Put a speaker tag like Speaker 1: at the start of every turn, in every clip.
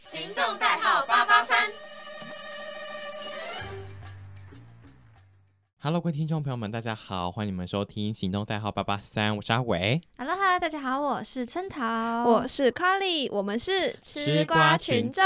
Speaker 1: 行动代号八八三。
Speaker 2: Hello，各位听众朋友们，大家好，欢迎你们收听行动代号八八三，我是阿伟。
Speaker 3: 哈喽哈，大家好，我是春桃，
Speaker 4: 我是 Carly，我们是
Speaker 2: 吃瓜群众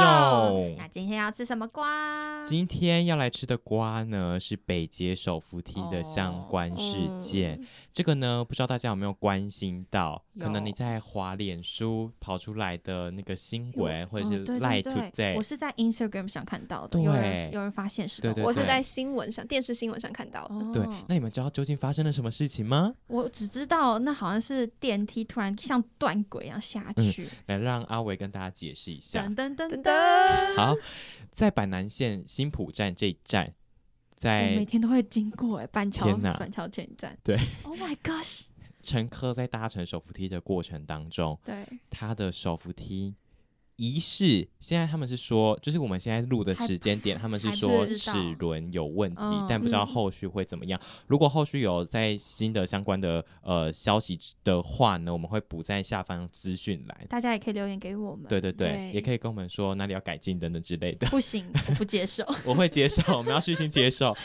Speaker 3: 那今天要吃什么瓜？
Speaker 2: 今天要来吃的瓜呢，是北捷手扶梯的相关事
Speaker 3: 哦
Speaker 2: 件。这个呢，不知道大家有没有关心到？可能你在滑脸书跑出来的那个新闻，或者是
Speaker 3: 嗯对
Speaker 2: Line
Speaker 3: 对对，我
Speaker 2: Today，
Speaker 3: 是在 Instagram 上看到的，
Speaker 2: 对
Speaker 3: 有人有人发现是的，
Speaker 2: 对对
Speaker 4: 我是在新闻上、电视新闻上看到的。
Speaker 3: 哦
Speaker 2: 对，那你们知道究竟发生了什么事情吗？
Speaker 3: 我只知道那好像是电梯突然像断轨一样下去，
Speaker 2: 来让阿伟跟大家解释一下
Speaker 3: 噔。噔噔
Speaker 4: 噔
Speaker 3: 噔，
Speaker 4: 噔，
Speaker 2: 好，在板南线新浦站这一站，
Speaker 3: 我每
Speaker 2: 在
Speaker 3: 天都会经过哎，板桥
Speaker 2: 哎天哪
Speaker 3: 板桥前一站，
Speaker 2: 对
Speaker 3: ，Oh my gosh，
Speaker 2: 乘客在搭乘手扶梯的过程当中，
Speaker 3: 对，
Speaker 2: 他的手扶梯疑似，现在他们是说，就是我们现在录的时间点，他们是
Speaker 3: 还
Speaker 2: 说
Speaker 3: 不知道
Speaker 2: 齿轮有问题，
Speaker 3: 嗯
Speaker 2: 但不知道
Speaker 4: 嗯
Speaker 2: 后续会怎么样。如果后续有在新的相关的呃消息的话呢，我们会补在下方资讯栏。
Speaker 3: 大家也可以留言给我们，
Speaker 2: 对对对，
Speaker 4: 对
Speaker 2: 也可以跟我们说哪里要改进等等之类的，
Speaker 3: 不行，我不接受，
Speaker 2: 我会接受，我们要虚心接受。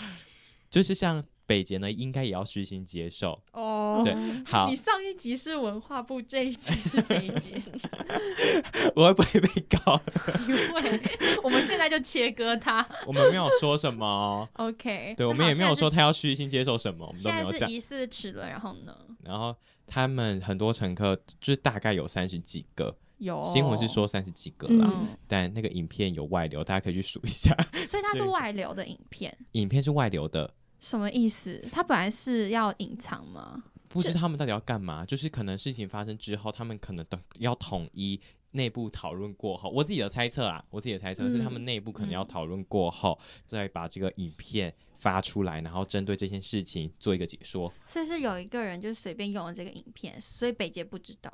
Speaker 2: 就是像北捷呢，应该也要虚心接受。
Speaker 4: 哦
Speaker 2: 对，好
Speaker 3: 你，上一集是文化部，这一集是北 捷，
Speaker 2: 我会不会被告？
Speaker 3: 因为我们现在就切割它。
Speaker 2: 我们没有说什么 哦，
Speaker 3: OK，
Speaker 2: 对，我们也没有说他要虚心接受什么，我们都
Speaker 3: 现
Speaker 2: 没
Speaker 3: 在
Speaker 2: 有
Speaker 3: 是
Speaker 2: 讲。
Speaker 3: 疑似齿轮，然后呢？
Speaker 2: 然后他们很多乘客就是大概有三十几个，
Speaker 3: 有
Speaker 2: 新闻是，说三十几个啦，
Speaker 3: 哦嗯，
Speaker 2: 但那个影片有外流，大家可以去数一下。
Speaker 3: 所以它是
Speaker 2: 对
Speaker 3: 外流的影片，
Speaker 2: 影片是外流的，
Speaker 3: 什么意思？它本来是要隐藏吗？
Speaker 2: 不知道他们到底要干嘛。就是可能事情发生之后，他们可能都要统一内部讨论过后，我自己的猜测啊，我自己的猜测
Speaker 3: 嗯
Speaker 2: 是他们内部可能要
Speaker 3: 嗯
Speaker 2: 讨论过后，再把这个影片发出来，然后针对这件事情做一个解说。
Speaker 3: 所以是有一个人就随便用了这个影片，所以北捷不知道。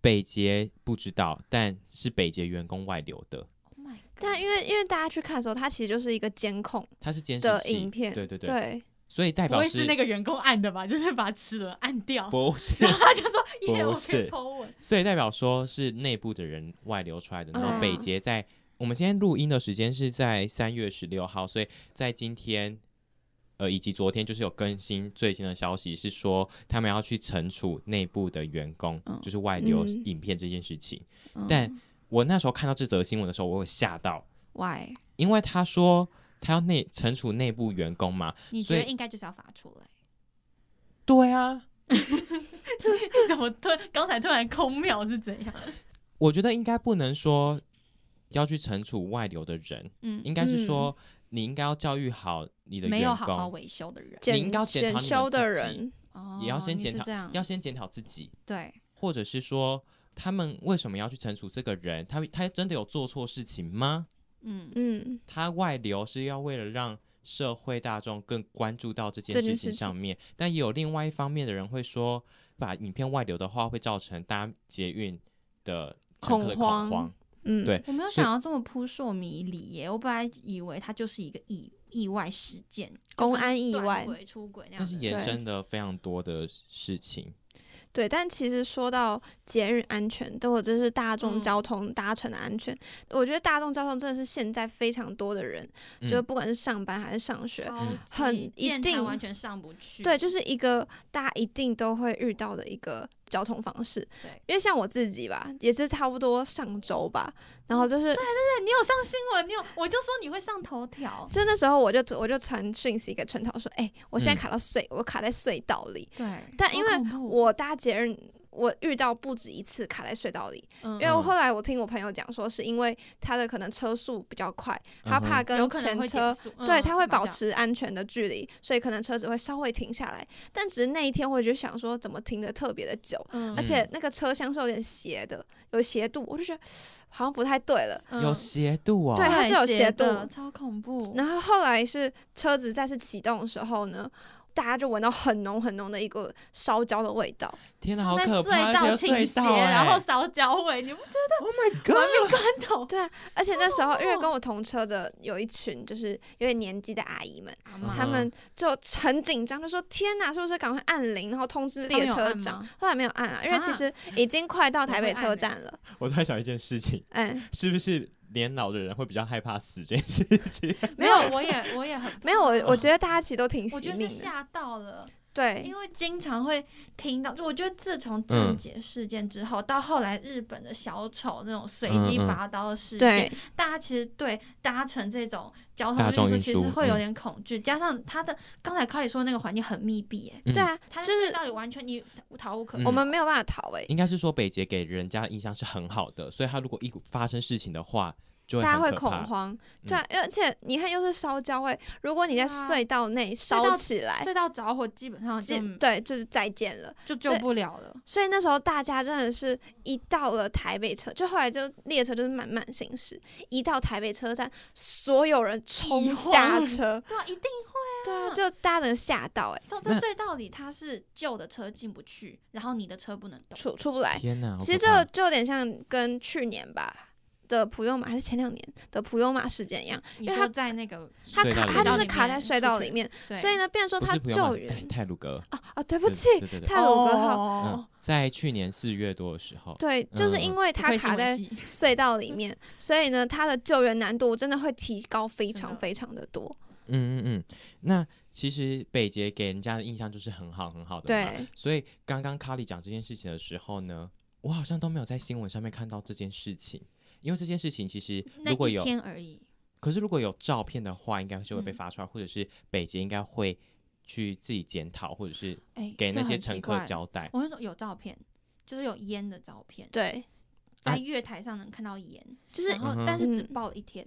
Speaker 2: 北捷不知道，但是北捷员工外流的，
Speaker 3: Oh my god！
Speaker 4: 但因为因为大家去看的时候，它其实就是一个监控
Speaker 2: 它是监视
Speaker 4: 的
Speaker 2: 器
Speaker 4: 影片，
Speaker 2: 对对对，
Speaker 4: 对，
Speaker 2: 所以代表
Speaker 3: 个员工按的吧？ 就是把齿轮按掉，
Speaker 2: 不是，
Speaker 3: 他就说
Speaker 2: 不耶我可 以是
Speaker 3: po 文。
Speaker 2: 所以代表说是内部的人外流出来的。然后
Speaker 4: 嗯
Speaker 2: 北捷在、我们今天录音的时间是在三月十六号，所以在今天。呃，以及昨天就是有更新最新的消息，是说他们要去惩处内部的员工，
Speaker 3: 嗯
Speaker 2: 就是外流
Speaker 4: 嗯
Speaker 2: 影片这件事情。但我那时候看到这则新闻的时候，我有吓到，
Speaker 3: why？
Speaker 2: 因为他说他要内惩处内部员工嘛。
Speaker 3: 你
Speaker 2: 所
Speaker 3: 觉
Speaker 2: 以
Speaker 3: 得应该就是要发出来？
Speaker 2: 对啊，
Speaker 3: 怎么突刚才突然空秒是怎样？
Speaker 2: 我觉得应该不能说要去惩处外流的人，
Speaker 3: 嗯，
Speaker 2: 应该是说你应该要教育好你的
Speaker 3: 没有
Speaker 2: 员
Speaker 3: 好好
Speaker 2: 工，
Speaker 3: 维修的人，
Speaker 2: 你应该要
Speaker 4: 检
Speaker 2: 检讨你
Speaker 4: 检
Speaker 2: 们
Speaker 4: 修的
Speaker 2: 自己
Speaker 4: 人，
Speaker 3: 哦
Speaker 2: 也要先
Speaker 3: 你
Speaker 2: 检
Speaker 3: 是
Speaker 2: 讨
Speaker 3: 这样
Speaker 2: 要先检讨自己，
Speaker 3: 对，
Speaker 2: 或者是说他们为什么要去惩处这个人？他他真的有做错事情吗？
Speaker 3: 嗯，
Speaker 4: 嗯，
Speaker 2: 他外流是要为了让社会大众更关注到这件
Speaker 4: 这件
Speaker 2: 事
Speaker 4: 事
Speaker 2: 情
Speaker 4: 情
Speaker 2: 上面，但也有另外一方面的人会说，把影片外流的话会造成搭捷运的乘客的
Speaker 4: 恐慌
Speaker 2: 恐慌
Speaker 4: 嗯，
Speaker 2: 对
Speaker 3: 我没有
Speaker 2: 所以
Speaker 3: 想到这么扑朔迷离耶！我本来以为它就是一个意意外事件，
Speaker 4: 公安意外
Speaker 3: 断轨出轨那
Speaker 2: 但
Speaker 3: 样
Speaker 2: 是
Speaker 3: 的。
Speaker 2: 延
Speaker 4: 对
Speaker 2: 伸的非常多的事情。
Speaker 4: 对，但其实说到节日安全，都或者是大众
Speaker 3: 嗯
Speaker 4: 交通搭乘的安全，我觉得大众交通真的是现在非常多的人，
Speaker 2: 嗯
Speaker 4: 就不管是上班还是上学，很一
Speaker 3: 健
Speaker 4: 定
Speaker 3: 谈完全上不去。
Speaker 4: 对，就是一个大家一定都会遇到的一个交通方式
Speaker 3: 对。
Speaker 4: 因为像我自己吧，也是差不多上周吧，然后就是
Speaker 3: 对你有上新闻，你有，我就说你会上头条。
Speaker 4: 就那时候我就我就传讯息给春桃说，哎、我现
Speaker 2: 嗯
Speaker 4: 在卡到隧，我卡在隧道里。
Speaker 3: 对，
Speaker 4: 但因为我搭节日，我遇到不止一次卡在隧道里，
Speaker 3: 因
Speaker 2: 嗯
Speaker 4: 因为我后来我听我朋友讲说，是因为他的可能车速比较快，他
Speaker 2: 嗯哼
Speaker 4: 怕跟
Speaker 3: 有可能
Speaker 4: 前
Speaker 3: 会
Speaker 4: 车
Speaker 3: 减。速，
Speaker 4: 对，
Speaker 3: 嗯
Speaker 4: 他会保。
Speaker 3: 蛮
Speaker 4: 持安全的距离，所以可能车子会稍微停下来，但只是那一天我就想说，怎么停的特别的久，
Speaker 3: 这样
Speaker 4: 而
Speaker 3: 嗯
Speaker 4: 且那个车厢是有点斜的，有斜度，我就觉得好像不太对了。
Speaker 3: 嗯
Speaker 2: 有斜度哦。
Speaker 4: 对它是有
Speaker 3: 斜
Speaker 4: 斜
Speaker 3: 的
Speaker 4: 度
Speaker 3: 超恐怖。
Speaker 4: 然后后来是车子再次启动的时候呢，大家就闻到很浓很浓的一个烧焦的味道，
Speaker 2: 天哪，好
Speaker 3: 在
Speaker 2: 可怕！
Speaker 3: 隧道
Speaker 2: 这个
Speaker 3: 倾斜，
Speaker 2: 隧道哎
Speaker 3: 然后烧焦味，你不觉
Speaker 2: Oh my God，
Speaker 3: 得关头 哦，
Speaker 4: 对啊，而且那时候因为跟我同车的有一群就是有点年纪的阿姨们，
Speaker 3: 阿嬷
Speaker 4: 她们就很紧张，就说：“天哪，是不是赶快按铃，然后通知列车
Speaker 3: 他们有按
Speaker 4: 长
Speaker 3: 吗？”
Speaker 4: 后来没有按啊，因为其实已经快到台北车站了。
Speaker 2: 我突然想一件事情，
Speaker 3: 啊
Speaker 4: 哎，
Speaker 2: 是不是年老的人会比较害怕死这件事情？
Speaker 3: 没有，我也我也很
Speaker 4: 哎没有，我我觉得大家其实都挺细
Speaker 3: 我觉得
Speaker 4: 腻
Speaker 3: 是
Speaker 4: 的。
Speaker 3: 吓到了，
Speaker 4: 对
Speaker 3: 因为经常会听到，就我觉得自
Speaker 4: 嗯
Speaker 3: 从郑解事件之后，到后来日本的小丑那种随机
Speaker 2: 嗯嗯
Speaker 3: 拔刀的事件，
Speaker 4: 对，
Speaker 3: 大家其实对搭乘这种交
Speaker 2: 大
Speaker 3: 通
Speaker 2: 众
Speaker 3: 运输
Speaker 2: 运
Speaker 3: 其
Speaker 2: 输
Speaker 3: 实会有
Speaker 2: 嗯
Speaker 3: 点恐惧，加上他的刚才卡里说的那个环境很密闭、耶，
Speaker 2: 嗯
Speaker 4: 对啊，
Speaker 3: 他
Speaker 4: 就是
Speaker 3: 到底完全你逃无可
Speaker 2: 嗯
Speaker 3: 逃。
Speaker 4: 我们没有办法逃欸诶，
Speaker 2: 应该是说北捷给人家的印象是很好的，所以他如果一发生事情的话，就会
Speaker 4: 大家
Speaker 2: 很
Speaker 4: 会
Speaker 2: 可
Speaker 4: 恐
Speaker 2: 怕。嗯
Speaker 4: 慌。对啊，而且你看又是烧焦味，如果你在
Speaker 3: 对啊
Speaker 4: 隧道内烧
Speaker 3: 道
Speaker 4: 起来，
Speaker 3: 隧道着火基本上就
Speaker 4: 基对就是再见了。
Speaker 3: 就救不了了。
Speaker 4: 所以那时候大家真的是一到了台北车，就后来就列车就是慢慢行驶，一到台北车站，所有人冲下车，
Speaker 3: 对啊，一定
Speaker 4: 对啊，就大家能吓到哎、
Speaker 3: 从这隧道里，它是旧的车进不去，然后你的车不能动。
Speaker 4: 出出不来。
Speaker 2: 天啊哪！好
Speaker 4: 其实
Speaker 2: 可
Speaker 4: 就
Speaker 2: 怕
Speaker 4: 就有点像跟去年吧的普悠玛还是前两年的普悠玛事件一样，
Speaker 3: 你
Speaker 4: 因为
Speaker 3: 说在那个
Speaker 4: 它
Speaker 2: 隧道
Speaker 4: 卡
Speaker 2: 里
Speaker 4: 它就
Speaker 2: 面
Speaker 4: 是卡在隧道里面，
Speaker 3: 对，
Speaker 4: 所以呢，变成说
Speaker 2: 不
Speaker 4: 它
Speaker 2: 是普悠玛
Speaker 4: 救
Speaker 2: 是泰
Speaker 4: 援
Speaker 2: 泰鲁格，
Speaker 4: 啊啊，对
Speaker 2: 对
Speaker 4: 不起，
Speaker 2: 对对对
Speaker 4: 泰鲁格号，
Speaker 2: 嗯
Speaker 3: 号，
Speaker 2: 在去年四月多的时候，
Speaker 4: 哦对，就是
Speaker 2: 嗯
Speaker 4: 因为它卡在隧道
Speaker 3: 嗯
Speaker 4: 里面，所以呢，它的救援难度真的会提高非常
Speaker 3: 真的
Speaker 4: 非常的多。
Speaker 2: 嗯嗯嗯，那其实北捷给人家的印象就是很好很好的嘛，
Speaker 4: 对，
Speaker 2: 所以刚刚卡里讲这件事情的时候呢，我好像都没有在新闻上面看到这件事情，因为这件事情其实
Speaker 3: 那
Speaker 2: 如果
Speaker 3: 一
Speaker 2: 有，
Speaker 3: 天而已。
Speaker 2: 可是如果有照片的话，应该是会被
Speaker 3: 嗯
Speaker 2: 发出来，或者是北捷应该会去自己检讨，或者是
Speaker 3: 哎，
Speaker 2: 给
Speaker 3: 这
Speaker 2: 那些
Speaker 3: 很
Speaker 2: 乘
Speaker 3: 奇
Speaker 2: 客
Speaker 3: 怪。
Speaker 2: 交代。
Speaker 3: 我那时候有照片，就是有烟的照片，
Speaker 4: 对，
Speaker 2: 啊
Speaker 3: 在月台上能看到烟，
Speaker 4: 就是
Speaker 3: 然后
Speaker 2: 嗯哼
Speaker 3: 但是只
Speaker 4: 嗯
Speaker 3: 报了一天，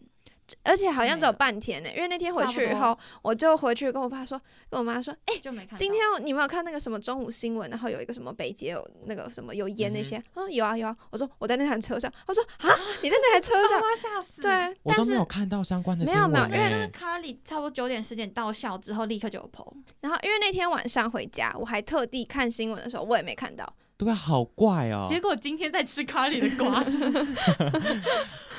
Speaker 4: 而且好像只有
Speaker 3: 没了
Speaker 4: 半天呢、因为那天回
Speaker 3: 差不
Speaker 4: 去以
Speaker 3: 多
Speaker 4: 后，我就回去跟我爸说，跟我妈说，哎、
Speaker 3: 就没看到。
Speaker 4: 今天你没有看那个什么中午新闻，然后有一个什么北捷有那个什么有烟那些，嗯、有啊有啊。我说我在那台车上，他说啊，你在那台 车上，
Speaker 3: 妈吓死，
Speaker 4: 对，啊
Speaker 2: 我
Speaker 4: 但
Speaker 2: 都没
Speaker 4: 是
Speaker 2: 有看到相关的
Speaker 4: 没
Speaker 2: 新
Speaker 4: 有
Speaker 2: 闻、
Speaker 4: 没有
Speaker 2: 欸，
Speaker 4: 因为
Speaker 3: 就是卡里差不多九点十点到校之后，立刻就有 PO，
Speaker 4: 然后因为那天晚上回家，我还特地看新闻的时候，我也没看到，
Speaker 2: 对啊，好怪哦、
Speaker 3: 果今天在吃咖喱的瓜，是不是？
Speaker 2: 哎、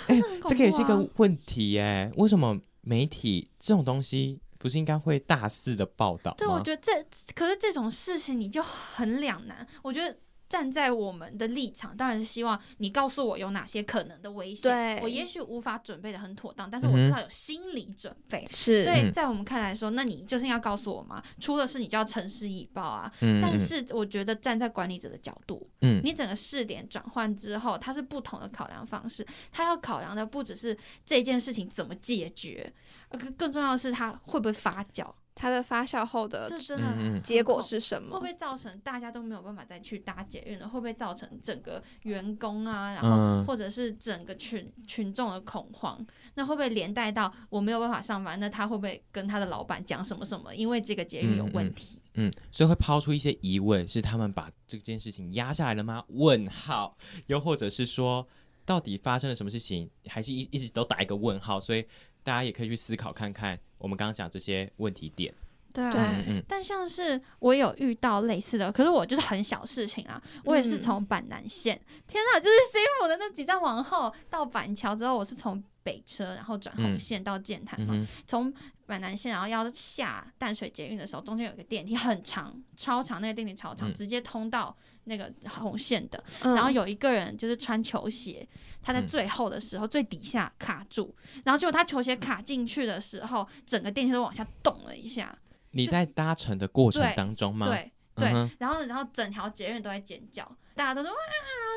Speaker 3: 很恐
Speaker 2: 这个也是一
Speaker 3: 怖啊
Speaker 2: 个问题哎、为什么媒体这种东西不是应该会大肆的报道吗？
Speaker 3: 对，我觉得这可是这种事情你就很两难。我觉得站在我们的立场，当然是希望你告诉我有哪些可能的危险。
Speaker 4: 对
Speaker 3: 我也许无法准备的很妥当，但是
Speaker 2: 嗯
Speaker 3: 我
Speaker 2: 哼
Speaker 3: 至少有心理准备。
Speaker 4: 是
Speaker 3: 所
Speaker 2: 对
Speaker 3: 以在我们看来说，那你就是要告诉我嘛，出了事你就要诚实以报啊。
Speaker 2: 嗯，嗯
Speaker 3: 但是我觉得站在管理者的角度，
Speaker 2: 嗯，
Speaker 3: 你整个试点转换之后，它是不同的考量方式。它要考量的不只是这件事情怎么解决，呃更更重要的是它会不会发酵。
Speaker 4: 它的发酵后的
Speaker 3: 这真的
Speaker 2: 嗯嗯
Speaker 3: 很
Speaker 4: 结果
Speaker 3: 恐
Speaker 4: 是什
Speaker 3: 会不
Speaker 4: 么？
Speaker 3: 会造成大家都没有办法再去搭捷运了？会不会造成整个员工啊，然后
Speaker 2: 嗯
Speaker 3: 或者是整个群群众的恐慌？那会不会连带到我没有办法上班？那他会不会跟他的老板讲什么什么？因为这个捷运有问题，
Speaker 2: 嗯，所以会抛出一些疑问，是他们把这件事情压下来了吗？问号，又或者是说，到底发生了什么事情，还是一一直都打一个问号？所以大家也可以去思考看看，我们刚刚讲这些问题点。
Speaker 3: 对
Speaker 4: 对
Speaker 2: 嗯嗯
Speaker 3: 但像是我有遇到类似的，可是我就是很小事情啊，我也是从板南线，
Speaker 2: 嗯
Speaker 3: 天哪，就是新浦的那几站往后到板桥之后，我是从北车然后转红线到剑潭
Speaker 2: 嗯
Speaker 3: 嘛，
Speaker 2: 哼，
Speaker 3: 从板南线，然后要下淡水捷运的时候，中间有一个电梯，很长，超长，那个电梯超长，
Speaker 2: 嗯
Speaker 3: 直接通到那个红线的。
Speaker 4: 嗯
Speaker 3: 然后有一个人就是穿球鞋，他
Speaker 2: 嗯
Speaker 3: 在最后的时候、最底下卡住，然后结果他球鞋卡进去的时候，整个电梯都往下动了一下，
Speaker 2: 你在搭乘的过程
Speaker 3: 对
Speaker 2: 当中吗？
Speaker 3: 对对，
Speaker 2: 嗯哼
Speaker 3: 然后然后整条捷运都在尖叫，大家都说哇，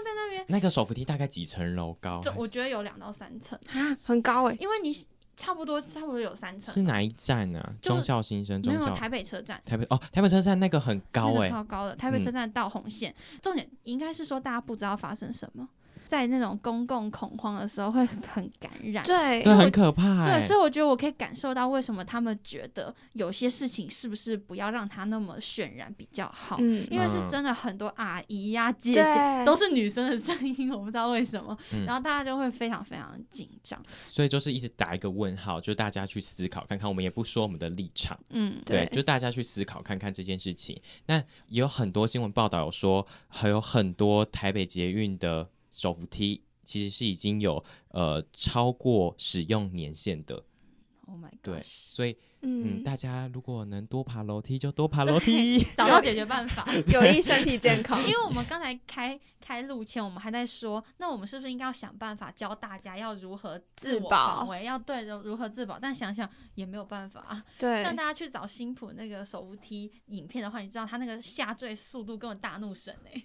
Speaker 3: 在那边，
Speaker 2: 那个手扶梯大概几层楼高？
Speaker 3: 这我觉得有两到三层，
Speaker 4: 啊，很高哎、
Speaker 3: 因为你差不多差不多有三层
Speaker 2: 是，哪一站呢、啊？
Speaker 3: 就是
Speaker 2: 中校新生，
Speaker 3: 没
Speaker 2: 中
Speaker 3: 有啊
Speaker 2: 校
Speaker 3: 台北车站。
Speaker 2: 台北哦，台北车站那个很
Speaker 3: 那
Speaker 2: 高
Speaker 3: 个
Speaker 2: 哎、
Speaker 3: 超高的。台北车站到红线，重点应该是说大家不知道发生什么，在那种公共恐慌的时候会 很感染。
Speaker 4: 对
Speaker 2: 这
Speaker 3: 所以
Speaker 2: 很
Speaker 3: 我
Speaker 2: 可怕哎、
Speaker 3: 对，所以我觉得我可以感受到为什么他们觉得有些事情是不是不要让它那么渲染比较好，
Speaker 4: 嗯，
Speaker 3: 因为是
Speaker 2: 嗯
Speaker 3: 真的很多阿姨呀、姐姐。
Speaker 4: 对，
Speaker 3: 都是女生的声音，我不知道为什么，
Speaker 2: 嗯
Speaker 3: 然后大家就会非常非常紧张。
Speaker 2: 所以就是一直打一个问号，就大家去思考看看，我们也不说我们的立场。
Speaker 3: 嗯，
Speaker 2: 对，
Speaker 4: 对
Speaker 2: 就大家去思考看看这件事情。那也有很多新闻报道有说，还有很多台北捷运的手扶梯其实是已经有呃超过使用年限的，
Speaker 3: Oh my god！
Speaker 2: 对，所以嗯，
Speaker 4: 嗯，
Speaker 2: 大家如果能多爬楼梯就多爬楼梯，
Speaker 3: 找到解决办法。
Speaker 4: 有益身体健康
Speaker 3: 因。为我们刚才开开录前，我们还在说，那我们是不是应该要想办法教大家要如何自
Speaker 4: 自
Speaker 3: 我
Speaker 4: 保
Speaker 3: 防卫，要对如如何自保？但想想也没有办法啊。
Speaker 4: 对，
Speaker 3: 像大家去找新普那个手扶梯影片的话，你知道他那个下坠速度跟我大怒神哎、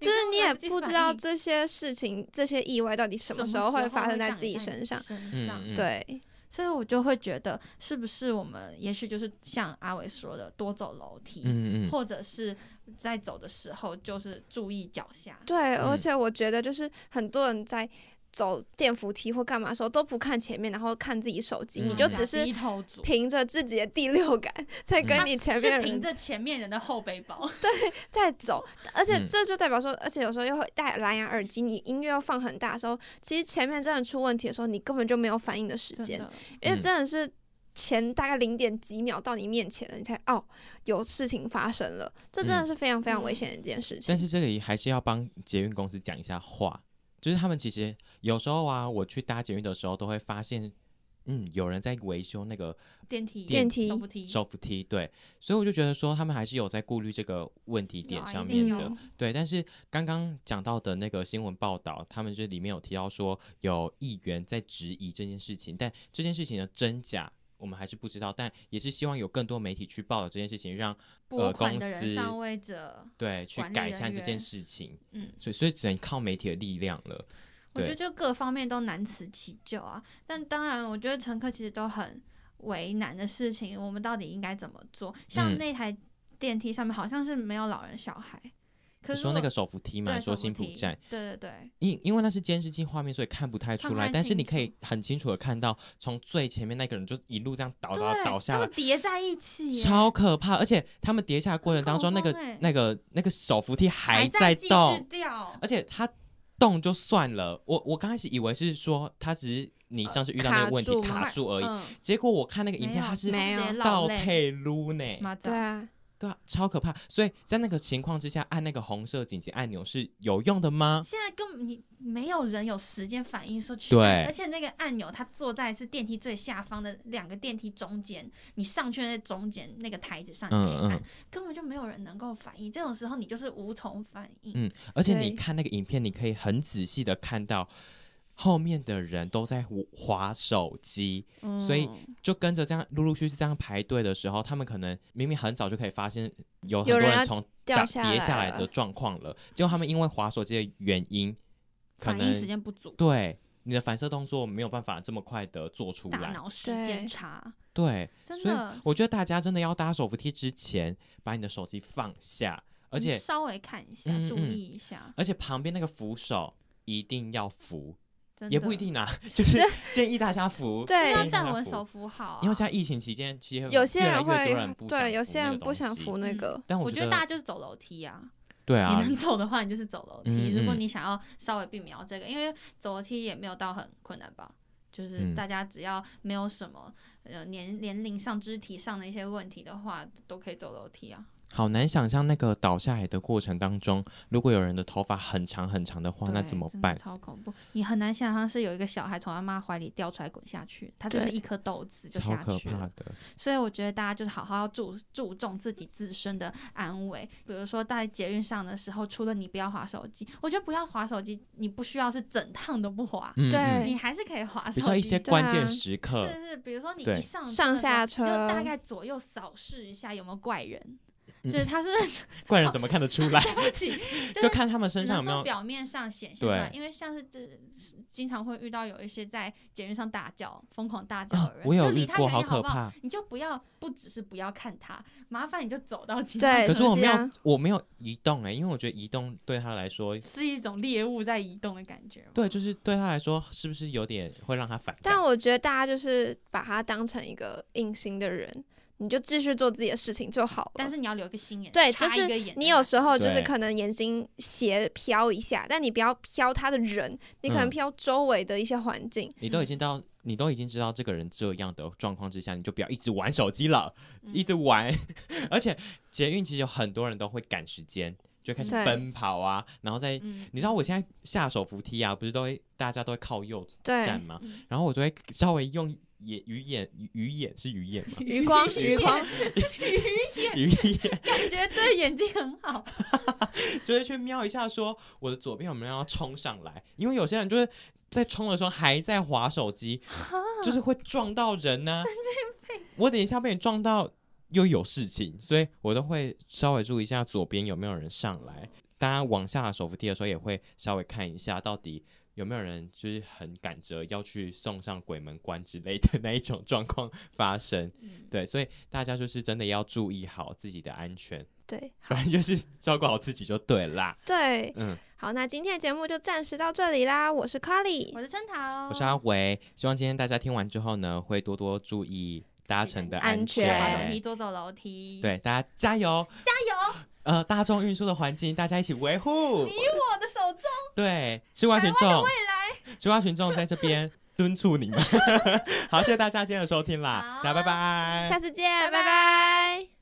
Speaker 4: 就是你也不知道
Speaker 3: 这
Speaker 4: 这些事情、这些意外到底什么时候会发生在自己身上。
Speaker 3: 身上，
Speaker 2: 嗯
Speaker 4: 对，
Speaker 3: 所以我就会觉得，是不是我们也许就是像阿伟说的，多走楼梯。
Speaker 2: 嗯嗯，
Speaker 3: 或者是在走的时候，就是注意脚下。
Speaker 4: 对，
Speaker 2: 嗯
Speaker 4: 而且我觉得就是很多人在走电扶梯或干嘛的时候都不看前面，然后看自己手机，
Speaker 2: 嗯
Speaker 4: 你就只是
Speaker 3: 低头族，
Speaker 4: 凭着自己的第六感 在
Speaker 2: 嗯
Speaker 4: 跟你前面
Speaker 3: 是
Speaker 4: 的
Speaker 3: 凭
Speaker 4: 人
Speaker 3: 着前面人的后背包，
Speaker 4: 在
Speaker 3: 哦
Speaker 4: 走，而且
Speaker 2: 嗯
Speaker 4: 这就代表说，而且有时候又会戴蓝牙耳机，你音乐要放很大的时候，其实前面真的出问题的时候，你根本就没有反应的时
Speaker 3: 真
Speaker 4: 间，
Speaker 3: 的
Speaker 4: 因为
Speaker 2: 嗯
Speaker 4: 真的是前大概零点几秒到你面前了，你才哦有事情发生了，这真的
Speaker 2: 嗯
Speaker 4: 是非常非常危
Speaker 3: 嗯
Speaker 4: 险的一件事情。
Speaker 2: 但是这里还是要帮捷运公司讲一下话，就是他们其实有时候啊，我去搭捷运的时候都会发现，嗯，有人在维修那个
Speaker 3: 电梯、
Speaker 2: 电
Speaker 4: 梯
Speaker 3: 手扶梯，
Speaker 2: 手扶梯，对，所以我就觉得说他们还是有在顾虑这个问题点
Speaker 3: 有啊
Speaker 2: 上
Speaker 3: 一
Speaker 2: 面
Speaker 3: 定
Speaker 2: 的，
Speaker 3: 有
Speaker 2: 对，但是刚刚讲到的那个新闻报道，他们就里面有提到说有议员在质疑这件事情，但这件事情的真假我们还是不知道，但也是希望有更多媒体去报道这件事情，让
Speaker 3: 拨款
Speaker 2: 呃公
Speaker 3: 的人
Speaker 2: 司
Speaker 3: 上位者，
Speaker 2: 对去
Speaker 3: 管理
Speaker 2: 改
Speaker 3: 人
Speaker 2: 善这件
Speaker 3: 员
Speaker 2: 事情。
Speaker 3: 嗯，
Speaker 2: 所以所以只能靠媒体的力量了。
Speaker 3: 我觉得
Speaker 2: 对，
Speaker 3: 就各方面都难辞其咎啊。但当然，我觉得乘客其实都很为难的事情，我们到底应该怎么做？像
Speaker 2: 嗯
Speaker 3: 那台电梯上面好像是没有老人小孩，可
Speaker 2: 你
Speaker 3: 是
Speaker 2: 说那
Speaker 3: 如果
Speaker 2: 个手扶梯嘛，
Speaker 3: 对
Speaker 2: 你说
Speaker 3: 手扶
Speaker 2: 新浦
Speaker 3: 梯
Speaker 2: 站，
Speaker 3: 对对对，
Speaker 2: 因因为那是监视器画面，所以看不太出
Speaker 3: 看不
Speaker 2: 来，
Speaker 3: 太
Speaker 2: 但是你
Speaker 3: 清
Speaker 2: 可以很清楚的看到，从最前面那个人就一路这样倒哦倒
Speaker 3: 对
Speaker 2: 倒下
Speaker 3: 他
Speaker 2: 来
Speaker 3: 们，叠在一起耶，
Speaker 2: 超可怕！而且他们跌下的过程当中，那个
Speaker 3: 很恐慌欸
Speaker 2: 那个那个手扶梯还
Speaker 3: 还
Speaker 2: 在
Speaker 3: 继续
Speaker 2: 动，
Speaker 3: 掉，
Speaker 2: 而且它动就算了，我我刚开始以为是说它只是你
Speaker 3: 呃
Speaker 2: 上次遇到那个问题
Speaker 4: 卡住吗
Speaker 2: 卡住而已，
Speaker 3: 嗯，
Speaker 2: 结果我看那个影
Speaker 3: 没
Speaker 2: 片，
Speaker 3: 有
Speaker 2: 它是
Speaker 4: 没
Speaker 3: 直接
Speaker 4: 有
Speaker 3: 落
Speaker 2: 倒
Speaker 3: 泪，
Speaker 2: 退撸呢，
Speaker 3: 妈祖
Speaker 4: 对啊，
Speaker 2: 对啊，超可怕！所以在那个情况之下，按那个红色紧急按钮是有用的吗？
Speaker 3: 现在根本你没有人有时间反应说去
Speaker 2: 对
Speaker 3: 按，而且那个按钮它坐在是电梯最下方的两个电梯中间，你上去的那中间那个台子上你可以按，
Speaker 2: 嗯嗯
Speaker 3: 根本就没有人能够反应。这种时候你就是无从反应。
Speaker 2: 嗯而且你
Speaker 4: 对
Speaker 2: 看那个影片，你可以很仔细的看到后面的人都在划手机，所以就跟着这样陆陆续续这样排队的时候，他们可能明明很早就可以发现有很多
Speaker 4: 有人要
Speaker 2: 人从
Speaker 4: 掉
Speaker 2: 打
Speaker 4: 下
Speaker 2: 跌下
Speaker 4: 来
Speaker 2: 来
Speaker 4: 了
Speaker 2: 的状况了，结果他们因为划手机的原因，可
Speaker 3: 反
Speaker 2: 能
Speaker 3: 应时间不足，
Speaker 2: 对你的反射动作没有办法这么快的做出
Speaker 3: 大
Speaker 2: 来，
Speaker 3: 脑时间差，
Speaker 2: 对，
Speaker 3: 真
Speaker 2: 所以
Speaker 3: 的。
Speaker 2: 我觉得大家真的要搭手扶梯之前，把你的手机放下，而
Speaker 3: 你
Speaker 2: 且
Speaker 3: 稍微看一下，
Speaker 2: 嗯嗯
Speaker 3: 注意一下，
Speaker 2: 而且旁边那个扶手一定要扶，
Speaker 3: 真的
Speaker 2: 也不一。定啊，就是建议大家扶，
Speaker 4: 对
Speaker 3: 要
Speaker 2: 建议大
Speaker 3: 站
Speaker 2: 家
Speaker 3: 稳
Speaker 2: 扶
Speaker 3: 手。扶好、啊，
Speaker 2: 因为现在疫情期间，其实
Speaker 4: 有些
Speaker 2: 越来
Speaker 4: 人
Speaker 2: 越多
Speaker 4: 会
Speaker 2: 人不想
Speaker 4: 对，有
Speaker 2: 扶
Speaker 4: 些
Speaker 2: 那个
Speaker 4: 人不
Speaker 2: 东
Speaker 4: 想
Speaker 2: 西
Speaker 4: 扶那个，
Speaker 2: 但
Speaker 3: 我
Speaker 2: 觉
Speaker 3: 觉得大家就是走楼梯啊。
Speaker 2: 对啊
Speaker 3: 你，能走的话，你就是走楼梯。
Speaker 2: 嗯
Speaker 3: 如果
Speaker 2: 嗯
Speaker 3: 你想要稍微避免到这个，因为走楼梯也没有到很困难吧，就是
Speaker 2: 嗯
Speaker 3: 大家只要没有什么呃年年龄上、肢体上的一些问题的话，都可以走楼梯啊。
Speaker 2: 好难想象那个倒下来的过程当中，如果有人的头发很长很长的话，那
Speaker 3: 对
Speaker 2: 怎么
Speaker 3: 真的
Speaker 2: 办？
Speaker 3: 超恐怖！你很难想象是有一个小孩从他妈怀里掉出来滚下去，他就是
Speaker 4: 对
Speaker 3: 一颗豆子就
Speaker 2: 超
Speaker 3: 下
Speaker 2: 可
Speaker 3: 去了
Speaker 2: 怕。的。
Speaker 3: 所以我觉得大家就是好好要注注重自己自身的安危，比如说在捷运上的时候，除了你不要划手机，我觉得不要划手机，你不需要是整趟都不划，
Speaker 2: 嗯，
Speaker 4: 对
Speaker 2: 嗯
Speaker 3: 你还是可以划手
Speaker 2: 比
Speaker 3: 机。
Speaker 2: 较一些
Speaker 4: 对
Speaker 2: 关
Speaker 4: 啊
Speaker 2: 键时刻，
Speaker 3: 是是，比如说你
Speaker 2: 对
Speaker 3: 一上车
Speaker 4: 上
Speaker 3: 的时候
Speaker 4: 下车
Speaker 3: 你就大概左右扫视一下有没有怪人，
Speaker 2: 嗯
Speaker 3: 就是他是
Speaker 2: 怪人怎么看得出来？
Speaker 3: 对不起，
Speaker 2: 就
Speaker 3: 就
Speaker 2: 是看他们
Speaker 3: 只
Speaker 2: 身上有
Speaker 3: 能
Speaker 2: 没
Speaker 3: 说
Speaker 2: 有
Speaker 3: 表面上显现出来，
Speaker 2: 对
Speaker 3: 因为像是这经常会遇到有一些在捷运上大叫、疯狂大叫
Speaker 2: 啊
Speaker 3: 的人，
Speaker 2: 我
Speaker 3: 就
Speaker 2: 有
Speaker 3: 离
Speaker 2: 遇
Speaker 3: 他
Speaker 2: 过，
Speaker 3: 远
Speaker 2: 好
Speaker 3: 一点好
Speaker 2: 可
Speaker 3: 不好？
Speaker 2: 怕。
Speaker 3: 你就不要，不只是不要看他，麻烦你就走到其他
Speaker 4: 对
Speaker 2: 可
Speaker 3: 车
Speaker 2: 是我
Speaker 4: 是
Speaker 2: 没有，
Speaker 4: 啊
Speaker 2: 我没有移动哎、因为我觉得移动对他来说，
Speaker 3: 是一种猎物在移动的感觉。
Speaker 2: 对，就是对他来说，是不是有点会让他反感？
Speaker 4: 但我觉得大家就是把他当成一个隐形的人，你就继续做自己的事情就好了。
Speaker 3: 但是你要留一个心眼，
Speaker 4: 对，
Speaker 3: 插
Speaker 4: 就
Speaker 3: 一
Speaker 4: 是
Speaker 3: 个眼
Speaker 4: 你有时候就是
Speaker 2: 对
Speaker 4: 可能眼睛斜瞟一下，但你不要瞟他的人，你可能
Speaker 2: 嗯
Speaker 4: 瞟周围的一些环境。
Speaker 2: 你都已经到，你都已经知道这个人这样的状况之下，你就不要一直
Speaker 4: 嗯
Speaker 2: 玩手机了，一直玩。而且捷运其实有很多人都会赶时间，就开始
Speaker 4: 对
Speaker 2: 奔跑啊，然后再
Speaker 3: 嗯，
Speaker 2: 你知道我现在下手扶梯啊，不是都会大家都会靠右
Speaker 4: 对
Speaker 2: 站，嘛
Speaker 3: 嗯，
Speaker 2: 然后我就会稍微用眼鱼眼鱼鱼眼是鱼 眼吗？
Speaker 4: 余光余光，
Speaker 2: 鱼眼
Speaker 3: 感觉对眼睛很好，
Speaker 2: 就会去瞄一下，说我的左边有没有要冲上来，因为有些人就是在冲的时候还在划手机，就是会撞到人呢、我等一下被你撞到又有事情，所以我都会稍微注意一下左边有没有人上来。大家往下手扶梯的时候，也会稍微看一下到底有没有人就是很赶着要去送上鬼门关之类的那一种状况发生。
Speaker 3: 嗯
Speaker 2: 对，所以大家就是真的要注意好自己的安全，
Speaker 4: 对
Speaker 2: 反正就是照顾好自己就对啦。
Speaker 4: 对，
Speaker 2: 嗯，
Speaker 4: 好，那今天的节目就暂时到这里啦。我是 c a r l y
Speaker 3: 我是春桃，
Speaker 2: 我是阿维，希望今天大家听完之后呢，会多多注意搭乘的安
Speaker 4: 自己的安
Speaker 3: 爬
Speaker 4: 全
Speaker 3: 楼梯，多走楼梯，，
Speaker 2: 对，大家加油！
Speaker 3: 加油，
Speaker 2: 呃，大众运输的环境，大家一起维护。
Speaker 3: 我的手中
Speaker 2: 对，吃瓜群众，吃瓜群众在这边敦促你 们。好，谢谢大家今天的收听啦，
Speaker 3: 好
Speaker 2: 大家拜拜，
Speaker 4: 下次见，
Speaker 3: 拜拜
Speaker 4: 拜拜